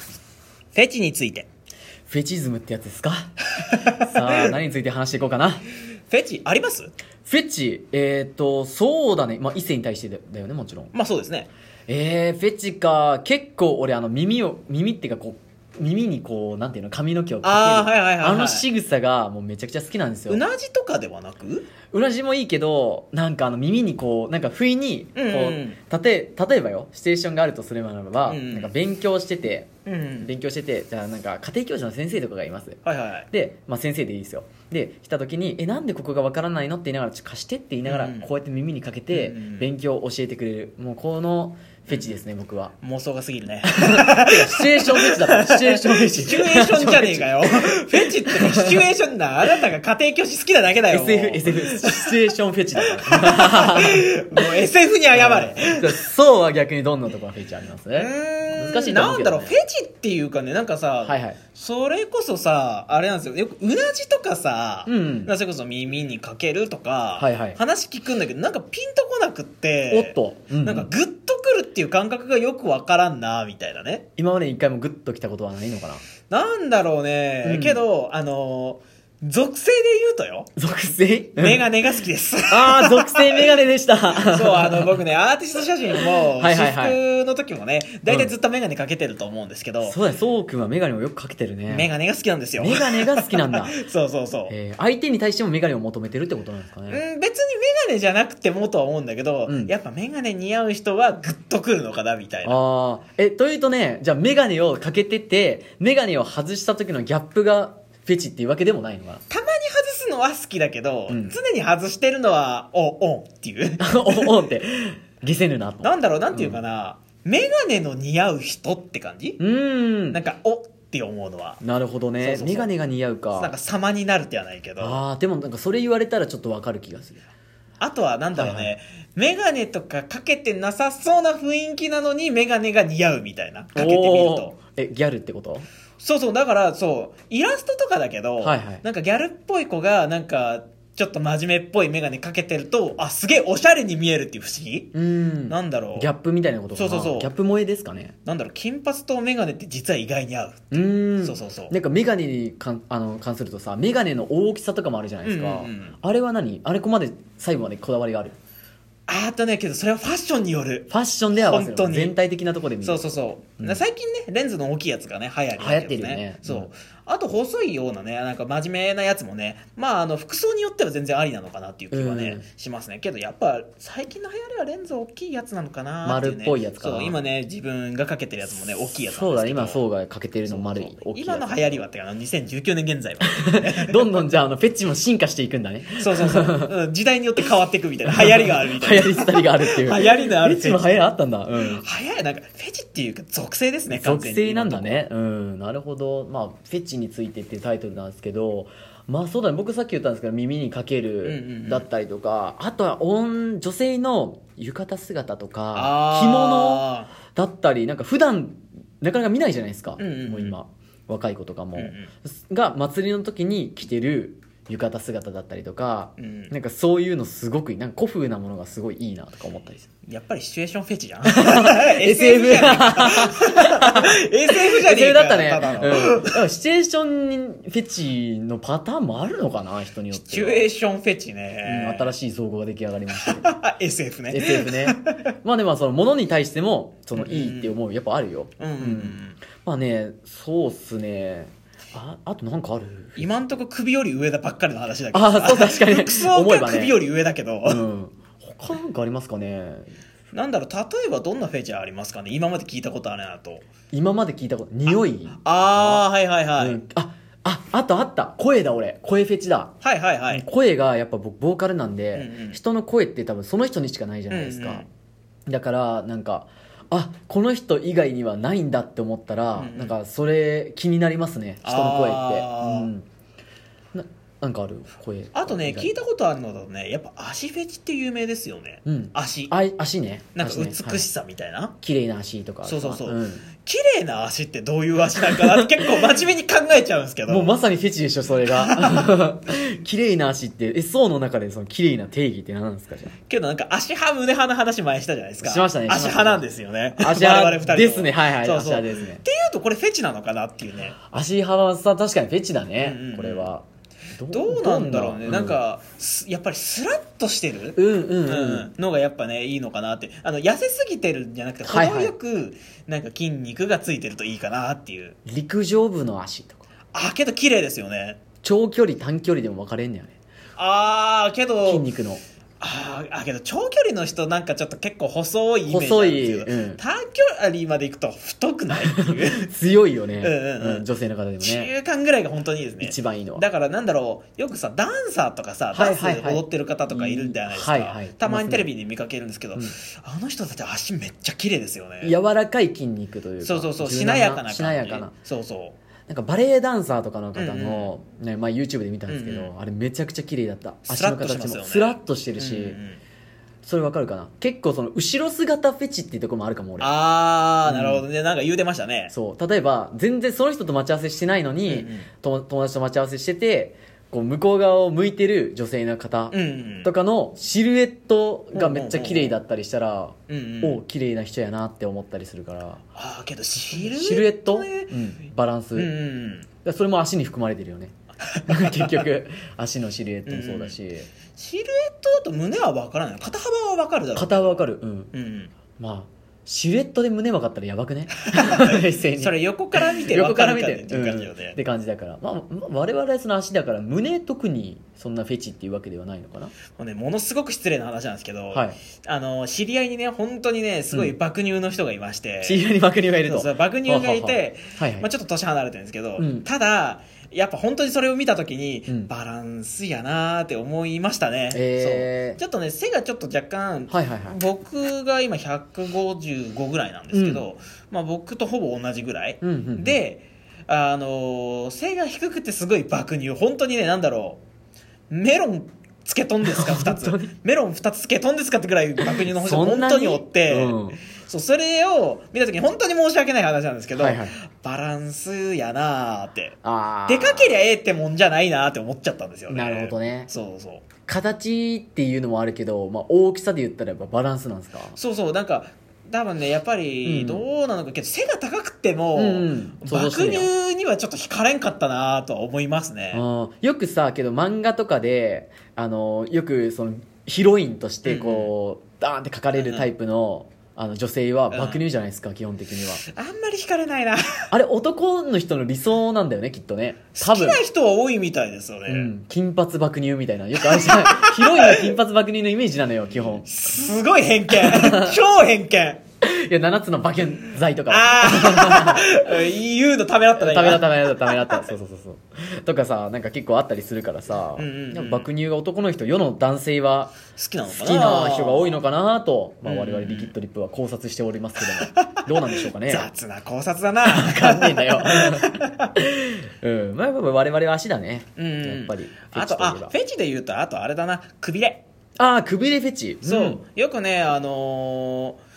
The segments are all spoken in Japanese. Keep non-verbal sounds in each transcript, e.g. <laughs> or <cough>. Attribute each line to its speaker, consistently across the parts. Speaker 1: フェチについて。
Speaker 2: フェチズムってやつですか <laughs> さあ、何について話していこうかな。フ
Speaker 1: フェチあります
Speaker 2: ェチ、えっ、と、そうだね。まあ、異性に対してだだよね、もちろん。
Speaker 1: まあそうですね。
Speaker 2: えー、フェチか。結構俺、あの、耳を、耳っていうか、こう、耳にこう、なんていうの、髪の毛を
Speaker 1: あー
Speaker 2: かけ
Speaker 1: はい
Speaker 2: る。
Speaker 1: はいはいはい
Speaker 2: あの仕草が、もうめちゃくちゃ好きなんですよ
Speaker 1: う。なじとかではなく
Speaker 2: うなじもいいけど、なんかあの、耳にこう、なんか不意に、こう、
Speaker 1: うんうん
Speaker 2: たて、例えばよ、シチュエーションがあるとすればならば、
Speaker 1: うん
Speaker 2: なんか勉強してて、
Speaker 1: うん
Speaker 2: 勉強してて、じゃあなんか、家庭教師の先生とかがいます。
Speaker 1: はいはいはい。
Speaker 2: で、まあ、先生でいいですよで来た時に「えなんでここがわからないの?」って言いながら「ちょっと貸して」って言いながら、
Speaker 1: うん
Speaker 2: こうやって耳にかけて
Speaker 1: うん
Speaker 2: 勉強を教えてくれるもうこのフェチですね、僕は
Speaker 1: 妄想が過ぎるね。
Speaker 2: シチュエーションフェチだったシチュエーションフェチ
Speaker 1: シチュエーションじゃねえか
Speaker 2: <laughs>
Speaker 1: よ。フェチってシチュエーションだ。あなたが家庭教師好きなだけ
Speaker 2: <laughs>
Speaker 1: だよ。
Speaker 2: SFSF シチュエーションフェチだから
Speaker 1: もう SF に謝れ。
Speaker 2: そうは逆にどんなところがフェチあります
Speaker 1: うーん
Speaker 2: 難しいと
Speaker 1: な
Speaker 2: 思うんけ
Speaker 1: だ
Speaker 2: ど、
Speaker 1: ろ
Speaker 2: ね、
Speaker 1: う、フェチっていうかね、なんかさ、
Speaker 2: はいはい
Speaker 1: それこそさ、あれなんですよ。よく、うなじとかさ、
Speaker 2: うんうん
Speaker 1: なそれこそ耳にかけるとか、
Speaker 2: はいはい
Speaker 1: 話聞くんだけど、なんかピンとこなくって、
Speaker 2: おっと、うんうん
Speaker 1: なんかグッとくるっていう感覚がよくわからんな、みたいなね。
Speaker 2: 今まで一回もグッときたことはないのかな
Speaker 1: なんだろうね、
Speaker 2: うん
Speaker 1: けど、あのー属性で言うとよ、
Speaker 2: 属性
Speaker 1: メガネが好き
Speaker 2: <laughs>
Speaker 1: です。
Speaker 2: ああ属性メガネでした
Speaker 1: そう、あの、僕ね、アーティスト写真も、
Speaker 2: はいはいはい
Speaker 1: 私服の時もね、大体ずっとメガネかけてると思うんですけど、
Speaker 2: そうだよ、そうくんはメガネをよくかけてるね。
Speaker 1: メガネが好きなんですよ。
Speaker 2: メガネが好きなんだ。
Speaker 1: <laughs> そうそうそう。
Speaker 2: えー相手に対してもメガネを求めてるってことなんですかね。
Speaker 1: うん、別にメガネじゃなくてもとは思うんだけど、
Speaker 2: うん
Speaker 1: やっぱメガネ似合う人はグッとくるのかなみたいな。
Speaker 2: ああ、え、というとね、じゃあメガネをかけてて、メガネを外した時のギャップがフェチっていうわけでもないのか
Speaker 1: たまに外すのは好きだけど、
Speaker 2: うん
Speaker 1: 常に外してるのは、お、おんっていう。
Speaker 2: な。 <laughs> お、おんって、ゲせぬなと。
Speaker 1: なんだろう、なんていうかな、メガネの似合う人って感じ、
Speaker 2: うーん。
Speaker 1: な
Speaker 2: なん
Speaker 1: か、おって思うのは、
Speaker 2: るほどね
Speaker 1: そうそうそう
Speaker 2: メガネが似合うか。
Speaker 1: なんか様になるではないけど、あ
Speaker 2: ああ、でもなんかそれ言われたらちょっとわかる気がする。
Speaker 1: とはなんだろうね、
Speaker 2: はいは
Speaker 1: メガネとかかけてなさそうな雰囲気なのにメガネが似合うみたいな、かけてみる
Speaker 2: おー
Speaker 1: と。
Speaker 2: え、ギャルってこと
Speaker 1: そうそう、だからそう、イラストとかだけど、
Speaker 2: はいはい
Speaker 1: なんかギャルっぽい子が、なんか、ちょっと真面目っぽいメガネかけてると、あ、すげえおしゃれに見えるっていう不思議、
Speaker 2: うーん。
Speaker 1: なんだろう。
Speaker 2: ギャップみたいなことかな。
Speaker 1: そうそうそう
Speaker 2: ギャップ萌えですかね。
Speaker 1: なんだろう、金髪とメガネって実は意外に合う。
Speaker 2: うーん
Speaker 1: そうそうそう
Speaker 2: なんかメガネにかんあの関するとさメガネの大きさとかもあるじゃないですか、
Speaker 1: うんうんうん
Speaker 2: あれは何あれこまで細部までこだわりがある
Speaker 1: あーっとね、けどそれはファッションによる。
Speaker 2: ファッションで合わせる
Speaker 1: 本当に
Speaker 2: 全体的なとこで見る
Speaker 1: そうそうそう、
Speaker 2: うん
Speaker 1: 最近ねレンズの大きいやつがね流行りだけど
Speaker 2: 流行ってるよね
Speaker 1: そう、
Speaker 2: うん
Speaker 1: あと細いようなねなんか真面目なやつもねまああの服装によっては全然ありなのかなっていう気はね、
Speaker 2: うん
Speaker 1: しますねけどやっぱ最近の流行りはレンズ大きいやつなのかなてう、ね、
Speaker 2: 丸っぽいやつかな
Speaker 1: そう今ね自分がかけてるやつもね大きいやつなん
Speaker 2: そう
Speaker 1: です
Speaker 2: だ
Speaker 1: けど
Speaker 2: 今そう
Speaker 1: う
Speaker 2: が欠けてるの丸い大きいや
Speaker 1: 今
Speaker 2: つ
Speaker 1: の流行りはってかな2019年現在は
Speaker 2: どんどんじゃああのフェッチも進化していくんだね
Speaker 1: そうそうそう、うん時代によって変わっていくみたいな流行りが <laughs> あるみたい
Speaker 2: 流
Speaker 1: な
Speaker 2: 行り廃りがあるっていう
Speaker 1: <laughs> 流行りのある
Speaker 2: フェッチも流行りあったんだうん
Speaker 1: 流行りなんかフェチっていうか属性ですね完
Speaker 2: 属
Speaker 1: 全に
Speaker 2: 性なんだねうんなるほどまあフェチについてっていうタイトルなんですけどまあそうだね僕さっき言ったんですけど耳にかけ
Speaker 1: うんうんう
Speaker 2: る
Speaker 1: ん
Speaker 2: だったりとか、あとは女女性の浴衣姿とか
Speaker 1: あ
Speaker 2: 着物
Speaker 1: ー
Speaker 2: だったりなんか普段なかなか見ないじゃないですか、
Speaker 1: うんうんうん
Speaker 2: もう今若い子とかも、
Speaker 1: うん
Speaker 2: が祭りの時に着てる浴衣姿だったりとか、
Speaker 1: うん
Speaker 2: なんかそういうのすごくいいなんか古風なものがすごいいいなとか思ったりする
Speaker 1: やっぱりシチュエーションフェチ
Speaker 2: <laughs>
Speaker 1: じゃん。SF じゃねえか SF じゃねえか
Speaker 2: だったね
Speaker 1: だの
Speaker 2: うん、でもシチュエーションにフェチのパターンもあるのかな人によっ
Speaker 1: シ
Speaker 2: て
Speaker 1: チュ
Speaker 2: は
Speaker 1: エーションフェチ
Speaker 2: う
Speaker 1: ね
Speaker 2: ん、。新しい造語が出来上がりまし
Speaker 1: <laughs>
Speaker 2: たけど
Speaker 1: SF ね。
Speaker 2: SF ねまあでもそのものに対してもそのいいって思うやっぱあるよ、
Speaker 1: うんうんうん、
Speaker 2: まあねそうっすねああとなんかある
Speaker 1: 今んとこ首より上だばっかりの話だけど。
Speaker 2: ああそう確かに
Speaker 1: 服装
Speaker 2: 思え
Speaker 1: が
Speaker 2: ばね
Speaker 1: 首より上だけど、
Speaker 2: うん他なんかありますかね
Speaker 1: なんだろう、例えばどんなフェチありますかね今まで聞いたことあるなと。
Speaker 2: 今まで聞いたこと匂い
Speaker 1: あー、はいはいはい。
Speaker 2: うんあああとあった声だ俺声フェチだ
Speaker 1: はいはいはい。
Speaker 2: 声がやっぱ僕ボーカルなんで、
Speaker 1: うんうん
Speaker 2: 人の声って多分その人にしかないじゃないですか、
Speaker 1: うん
Speaker 2: だからなんかあこの人以外にはないんだって思ったら、
Speaker 1: うんうん
Speaker 2: なんかそれ気になりますね人の声
Speaker 1: あー
Speaker 2: って、うん、ななんかある声
Speaker 1: あとね、聞い
Speaker 2: た
Speaker 1: たことあるのだとね、やっぱ足フェチって有名ですよね。
Speaker 2: うん
Speaker 1: 足。
Speaker 2: あ足ね
Speaker 1: なんか
Speaker 2: 足ねは
Speaker 1: 美
Speaker 2: い
Speaker 1: しさみたいな。
Speaker 2: 綺麗な足とか
Speaker 1: そうそうそう
Speaker 2: うん
Speaker 1: 綺麗な足ってどういう足なんかなって結構真面目に考えちゃうんですけど
Speaker 2: もうまさにフェチでしょそれが
Speaker 1: <laughs>
Speaker 2: 綺麗な足ってえ層の中でその綺麗な定義って何なんですかじゃ
Speaker 1: けどなんか足派胸派の話前にしたじゃないですか
Speaker 2: しましたね
Speaker 1: 足
Speaker 2: しまし
Speaker 1: 派
Speaker 2: たね
Speaker 1: なんですよね
Speaker 2: あ
Speaker 1: <laughs>
Speaker 2: 足
Speaker 1: 我々二
Speaker 2: 派
Speaker 1: 人とも
Speaker 2: ですねはいはい
Speaker 1: そう
Speaker 2: 足
Speaker 1: そう
Speaker 2: 派ですね
Speaker 1: っていうとこれフェチなのかなっていうね
Speaker 2: 足幅さ確かにフェチだね、
Speaker 1: うんうんうん
Speaker 2: これはど
Speaker 1: どうなんだろうね
Speaker 2: ど
Speaker 1: なんかすやっぱりスラッとしてる
Speaker 2: うんうんうん、
Speaker 1: うん、のがやっぱねいいのかなってあの痩せすぎてるんじゃなくて
Speaker 2: はいはい
Speaker 1: 程よくなんか筋肉がついてるといいかなっていう
Speaker 2: 陸上部の足とか
Speaker 1: あけど綺麗ですよね
Speaker 2: 長距離短距離でも分かれんねやね
Speaker 1: あーけ
Speaker 2: 筋
Speaker 1: ど
Speaker 2: 肉の
Speaker 1: あーあけど長距離の人なんかちょっと結構細いイメージ
Speaker 2: 細い
Speaker 1: なんですけど
Speaker 2: うん
Speaker 1: 短距離まで行くと太くないっていう
Speaker 2: 強いよ <laughs>
Speaker 1: う
Speaker 2: ね、
Speaker 1: んうんうん
Speaker 2: 女性の方でもね
Speaker 1: 中間ぐらいが本当にいいですね
Speaker 2: 一番いいのは
Speaker 1: だからなんだろうよくさダンサーとかさ
Speaker 2: は
Speaker 1: ダ
Speaker 2: い
Speaker 1: ンス
Speaker 2: はいはい
Speaker 1: で踊ってる方とかいるんじゃないですか、
Speaker 2: はいはい
Speaker 1: たまにテレビで見かけるんですけど、
Speaker 2: うん
Speaker 1: あの人たち足めっちゃ綺麗ですよね
Speaker 2: 柔らかい筋肉というか
Speaker 1: そうそうそう
Speaker 2: 柔
Speaker 1: し
Speaker 2: 軟
Speaker 1: なやかな感じ
Speaker 2: しなやかな
Speaker 1: そうそ
Speaker 2: なんかバレエダンサーとかの方の、ねまあ、YouTube で見たんですけど、
Speaker 1: うんう
Speaker 2: あれめちゃくちゃ綺麗だった
Speaker 1: ス
Speaker 2: 足
Speaker 1: ラ
Speaker 2: の
Speaker 1: ッとして
Speaker 2: 形
Speaker 1: ますよね
Speaker 2: もスラッとして
Speaker 1: う
Speaker 2: るし、
Speaker 1: うんうん
Speaker 2: それわかるかな結構その後ろ姿フェチっていうところもあるかも俺
Speaker 1: あーなるほどねなんか言うてましたね
Speaker 2: そう例えば全然その人と待ち合わせしてないのに、
Speaker 1: うんうん
Speaker 2: と友達と待ち合わせしててこう向こう側を向いてる女性の方
Speaker 1: うんうん
Speaker 2: とかのシルエットがめっちゃ綺麗だったりしたら、
Speaker 1: うんうん
Speaker 2: お綺麗な人やなって思ったりするから、
Speaker 1: ああけどシルエット,、ね、
Speaker 2: シルエット、
Speaker 1: う
Speaker 2: うんバランス、
Speaker 1: んうん
Speaker 2: だからそれも足に含まれてるよ <laughs> ね結局足のシルエットもそうだし、
Speaker 1: シルエットだと胸は分からない肩幅は分かるだろう
Speaker 2: 肩はわかるうん
Speaker 1: うん
Speaker 2: まあシルエットで胸分かったらやばく <laughs> ね冷静に
Speaker 1: それ横から見て
Speaker 2: 横
Speaker 1: 分か
Speaker 2: か
Speaker 1: らる
Speaker 2: 見
Speaker 1: か
Speaker 2: て
Speaker 1: ねっていう感じよ
Speaker 2: うんっ
Speaker 1: ね、
Speaker 2: て感じだから、まあ、まあ我々はその足だから胸特にそんなフェチっていうわけではないのかな
Speaker 1: もうねものすごく失礼な話なんですけど、
Speaker 2: はい
Speaker 1: あの知り合いにね本当にねすごい爆乳の人がいまして、
Speaker 2: 知り合いに爆乳がいると
Speaker 1: そうそう爆乳がいて
Speaker 2: ははははいはい
Speaker 1: まあ、ちょっと年離れてるんですけど、
Speaker 2: うん
Speaker 1: ただやっぱ本当にそれを見た時に、
Speaker 2: うん
Speaker 1: バランスやなーって思いましたね、
Speaker 2: え
Speaker 1: そ
Speaker 2: ー
Speaker 1: うちょっとね背がちょっと若干、
Speaker 2: はいはいはい
Speaker 1: 僕が今155ぐらいなんですけど、まあ、僕とほぼ同じぐらい、
Speaker 2: うんうんうん
Speaker 1: であのー背が低くてすごい爆乳本当にねなんだろうメロンつけとん
Speaker 2: <laughs>
Speaker 1: ですか2
Speaker 2: 本
Speaker 1: つメロン2つつけとんですかってぐらい爆乳の星が
Speaker 2: そん
Speaker 1: 本
Speaker 2: なに
Speaker 1: 当におって
Speaker 2: うん
Speaker 1: そうそれを見た時に本当に申し訳ない話なんですけど、
Speaker 2: はいはい
Speaker 1: バランスやなーって
Speaker 2: あー
Speaker 1: でかけりゃええってもんじゃないなーって思っちゃったんですよね
Speaker 2: なるほどね
Speaker 1: そうそう
Speaker 2: 形っていうのもあるけど、まあ、大きさで言ったらやっぱバランスなんですか
Speaker 1: そうそうなんか多分ねやっぱ
Speaker 2: うん
Speaker 1: りどうなのかけど、背が高くても、
Speaker 2: うんうん想像
Speaker 1: 爆
Speaker 2: してみよう
Speaker 1: 乳にはちょっと惹かれんかったなとは思いますね
Speaker 2: うんよくさけど漫画とかであのよくそのヒロインとしてこう、ダーンって書かれるタイプの,、あの女性は
Speaker 1: うん
Speaker 2: 爆乳じゃないですか、基本的には
Speaker 1: あんまり惹かれないな
Speaker 2: あれ男の人の理想なんだよねきっとね多
Speaker 1: 好き
Speaker 2: 分
Speaker 1: な人は多いみたいですよね、
Speaker 2: うん、金髪爆乳みたいなよくあれじゃ
Speaker 1: <laughs>
Speaker 2: ないヒロインは金髪爆乳のイメージなのよ基本
Speaker 1: すごい偏見
Speaker 2: <laughs>
Speaker 1: 超偏見
Speaker 2: いや7つの馬券罪とか
Speaker 1: ああ
Speaker 2: <laughs>
Speaker 1: 言うのためだった
Speaker 2: ダ
Speaker 1: ね
Speaker 2: メ
Speaker 1: 今
Speaker 2: だダメだダメだったそうそうそうそうとかさなんか結構あったりするからさ、
Speaker 1: うんうんうん
Speaker 2: やっぱ爆乳が男の人世の男性は
Speaker 1: 好きなのか
Speaker 2: 好
Speaker 1: な
Speaker 2: きな人が多いのかなと、まあ、
Speaker 1: うん
Speaker 2: 我々リキッドリップは考察しておりますけ
Speaker 1: <laughs>
Speaker 2: どもどうなんでしょうかね
Speaker 1: 雑な考察だな
Speaker 2: わかんねえんだよ、 <laughs> うんまあ、やっぱ我々は足だね、
Speaker 1: <laughs> うんうん
Speaker 2: やっぱり
Speaker 1: あとあフェチで言うとあとあれだなくびれ
Speaker 2: ああくびれフェチ
Speaker 1: そう、よくねあのー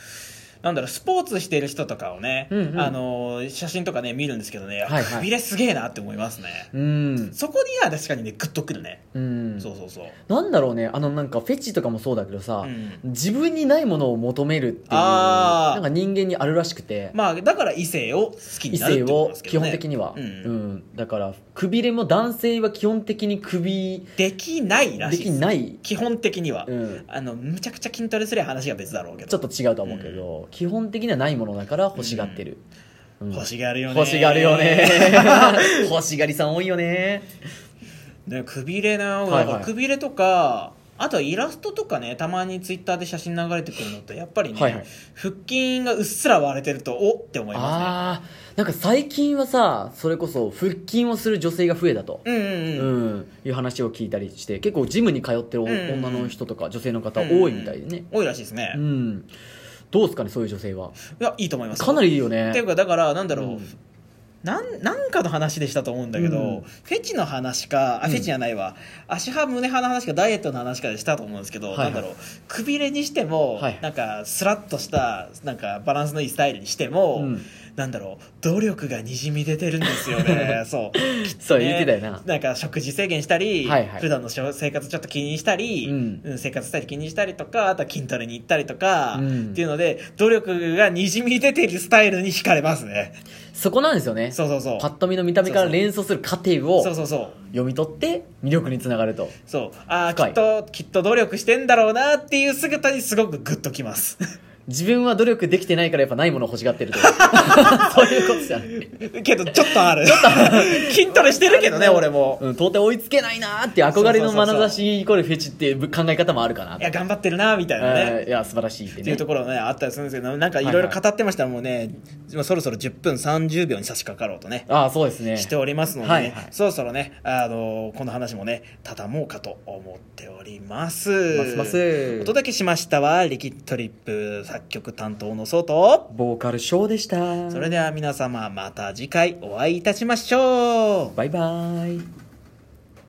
Speaker 1: なんだろうスポーツしてる人とかをね、
Speaker 2: うんうん
Speaker 1: あのー写真とかね見るんですけどね、
Speaker 2: はいはい
Speaker 1: くびれすげえなって思いますね、
Speaker 2: うん
Speaker 1: そこには確かにねグッとくるね、
Speaker 2: うん
Speaker 1: そうそうそう
Speaker 2: なんだろうねあのなんかフェチとかもそうだけどさ、
Speaker 1: うん
Speaker 2: 自分にないものを求めるっていう
Speaker 1: あー
Speaker 2: なんか人間にあるらしくて
Speaker 1: まあだから異性を好き
Speaker 2: 異
Speaker 1: になる
Speaker 2: 性
Speaker 1: ってことなん
Speaker 2: を
Speaker 1: ですけ
Speaker 2: 基
Speaker 1: どね
Speaker 2: 本的には、
Speaker 1: うん
Speaker 2: うんだからくびれも男性は基本的に首
Speaker 1: できないらし
Speaker 2: で
Speaker 1: い
Speaker 2: き
Speaker 1: です
Speaker 2: ない、
Speaker 1: 基本的には、
Speaker 2: うん、
Speaker 1: あのむちゃくちゃ筋トレすりゃ話が別だろうけど
Speaker 2: ちょっと違うとは思うけど、基本的にはないものだから欲しがってる、うん
Speaker 1: 欲しがるよね
Speaker 2: 欲しがるよ
Speaker 1: <laughs>
Speaker 2: ね欲しがりさん多いよね
Speaker 1: ねくびれな、
Speaker 2: はい
Speaker 1: だからくびれとかあとはイラストとかねたまにツイッターで写真流れてくるのってやっぱりね、
Speaker 2: はいはい
Speaker 1: 腹筋がうっすら割れてるとおって思いま
Speaker 2: ああなんか最近はさそれこそ腹筋をする女性が増えたと
Speaker 1: すねうんうんうん、
Speaker 2: うん、いう話を聞いたりして結構ジムに通ってるお
Speaker 1: うんうん
Speaker 2: 女の人とか女性の方多いみたいでね
Speaker 1: 多いらしいですね、
Speaker 2: う
Speaker 1: い
Speaker 2: んどうですかねそういう女性は
Speaker 1: やいいと思いますよ
Speaker 2: かなりいいよ
Speaker 1: っていう
Speaker 2: ね
Speaker 1: かだからなんだろう、
Speaker 2: うん
Speaker 1: なんなんかの話でしたと思うんだけど、
Speaker 2: うん
Speaker 1: フェチの話かあ
Speaker 2: うん
Speaker 1: フェチじゃないわ、足派胸派の話かダイエットの話かでしたと思うんですけど、
Speaker 2: はいはい
Speaker 1: なんだろうくびれにしても、
Speaker 2: はい
Speaker 1: なんかスラッとしたなんかバランスのいいスタイルにしても、
Speaker 2: うん
Speaker 1: なんだろう努力がにじみ出てるんですよ
Speaker 2: <laughs>
Speaker 1: ねそう
Speaker 2: そう
Speaker 1: ね
Speaker 2: 言ってたよな、
Speaker 1: なんか食事制限したり、
Speaker 2: はいはい
Speaker 1: 普段のしょ生活ちょっと気にしたり、
Speaker 2: うん
Speaker 1: うん生活したり気にしたりとかあとは筋トレに行ったりとか、
Speaker 2: うん
Speaker 1: っていうので努力がにじみ出てるスタイルに惹かれますね
Speaker 2: そこなんですよね
Speaker 1: そうそうそう
Speaker 2: パッと見の見た目から連想する過程を
Speaker 1: そうそうそう
Speaker 2: 読み取って魅力につながると
Speaker 1: そうああき
Speaker 2: 深
Speaker 1: っ
Speaker 2: い
Speaker 1: ときっと努力してんだろうなっていう姿にすごくグッときます <laughs>
Speaker 2: 自分は努力できてないからやっぱないものを欲しがってるというそういうことじゃん
Speaker 1: けどちょっとある <laughs> 筋トレしてるけどね俺も
Speaker 2: うん、到底追いつけないなーっていう憧れの
Speaker 1: そうそうそうそう
Speaker 2: 眼差しイコールフェチっていう考え方もあるかなと
Speaker 1: いや頑張ってるなみたいなね
Speaker 2: えーいや素晴らしいっ
Speaker 1: って
Speaker 2: て
Speaker 1: い
Speaker 2: ね
Speaker 1: うところねあったりするんですけどなんかいろいろ語ってましたらもうねもうそろそろ10分30秒に差し掛かろうとね
Speaker 2: ああそうですね
Speaker 1: しておりますので、ね
Speaker 2: はいはい
Speaker 1: そろそろね、あのこの話もね畳もうかと思っております
Speaker 2: ますます
Speaker 1: お届けしましたはリキッドリップ作曲担当のソウと
Speaker 2: ボーカルショーでした
Speaker 1: それでは皆様また次回お会いいたしましょう
Speaker 2: バイバイ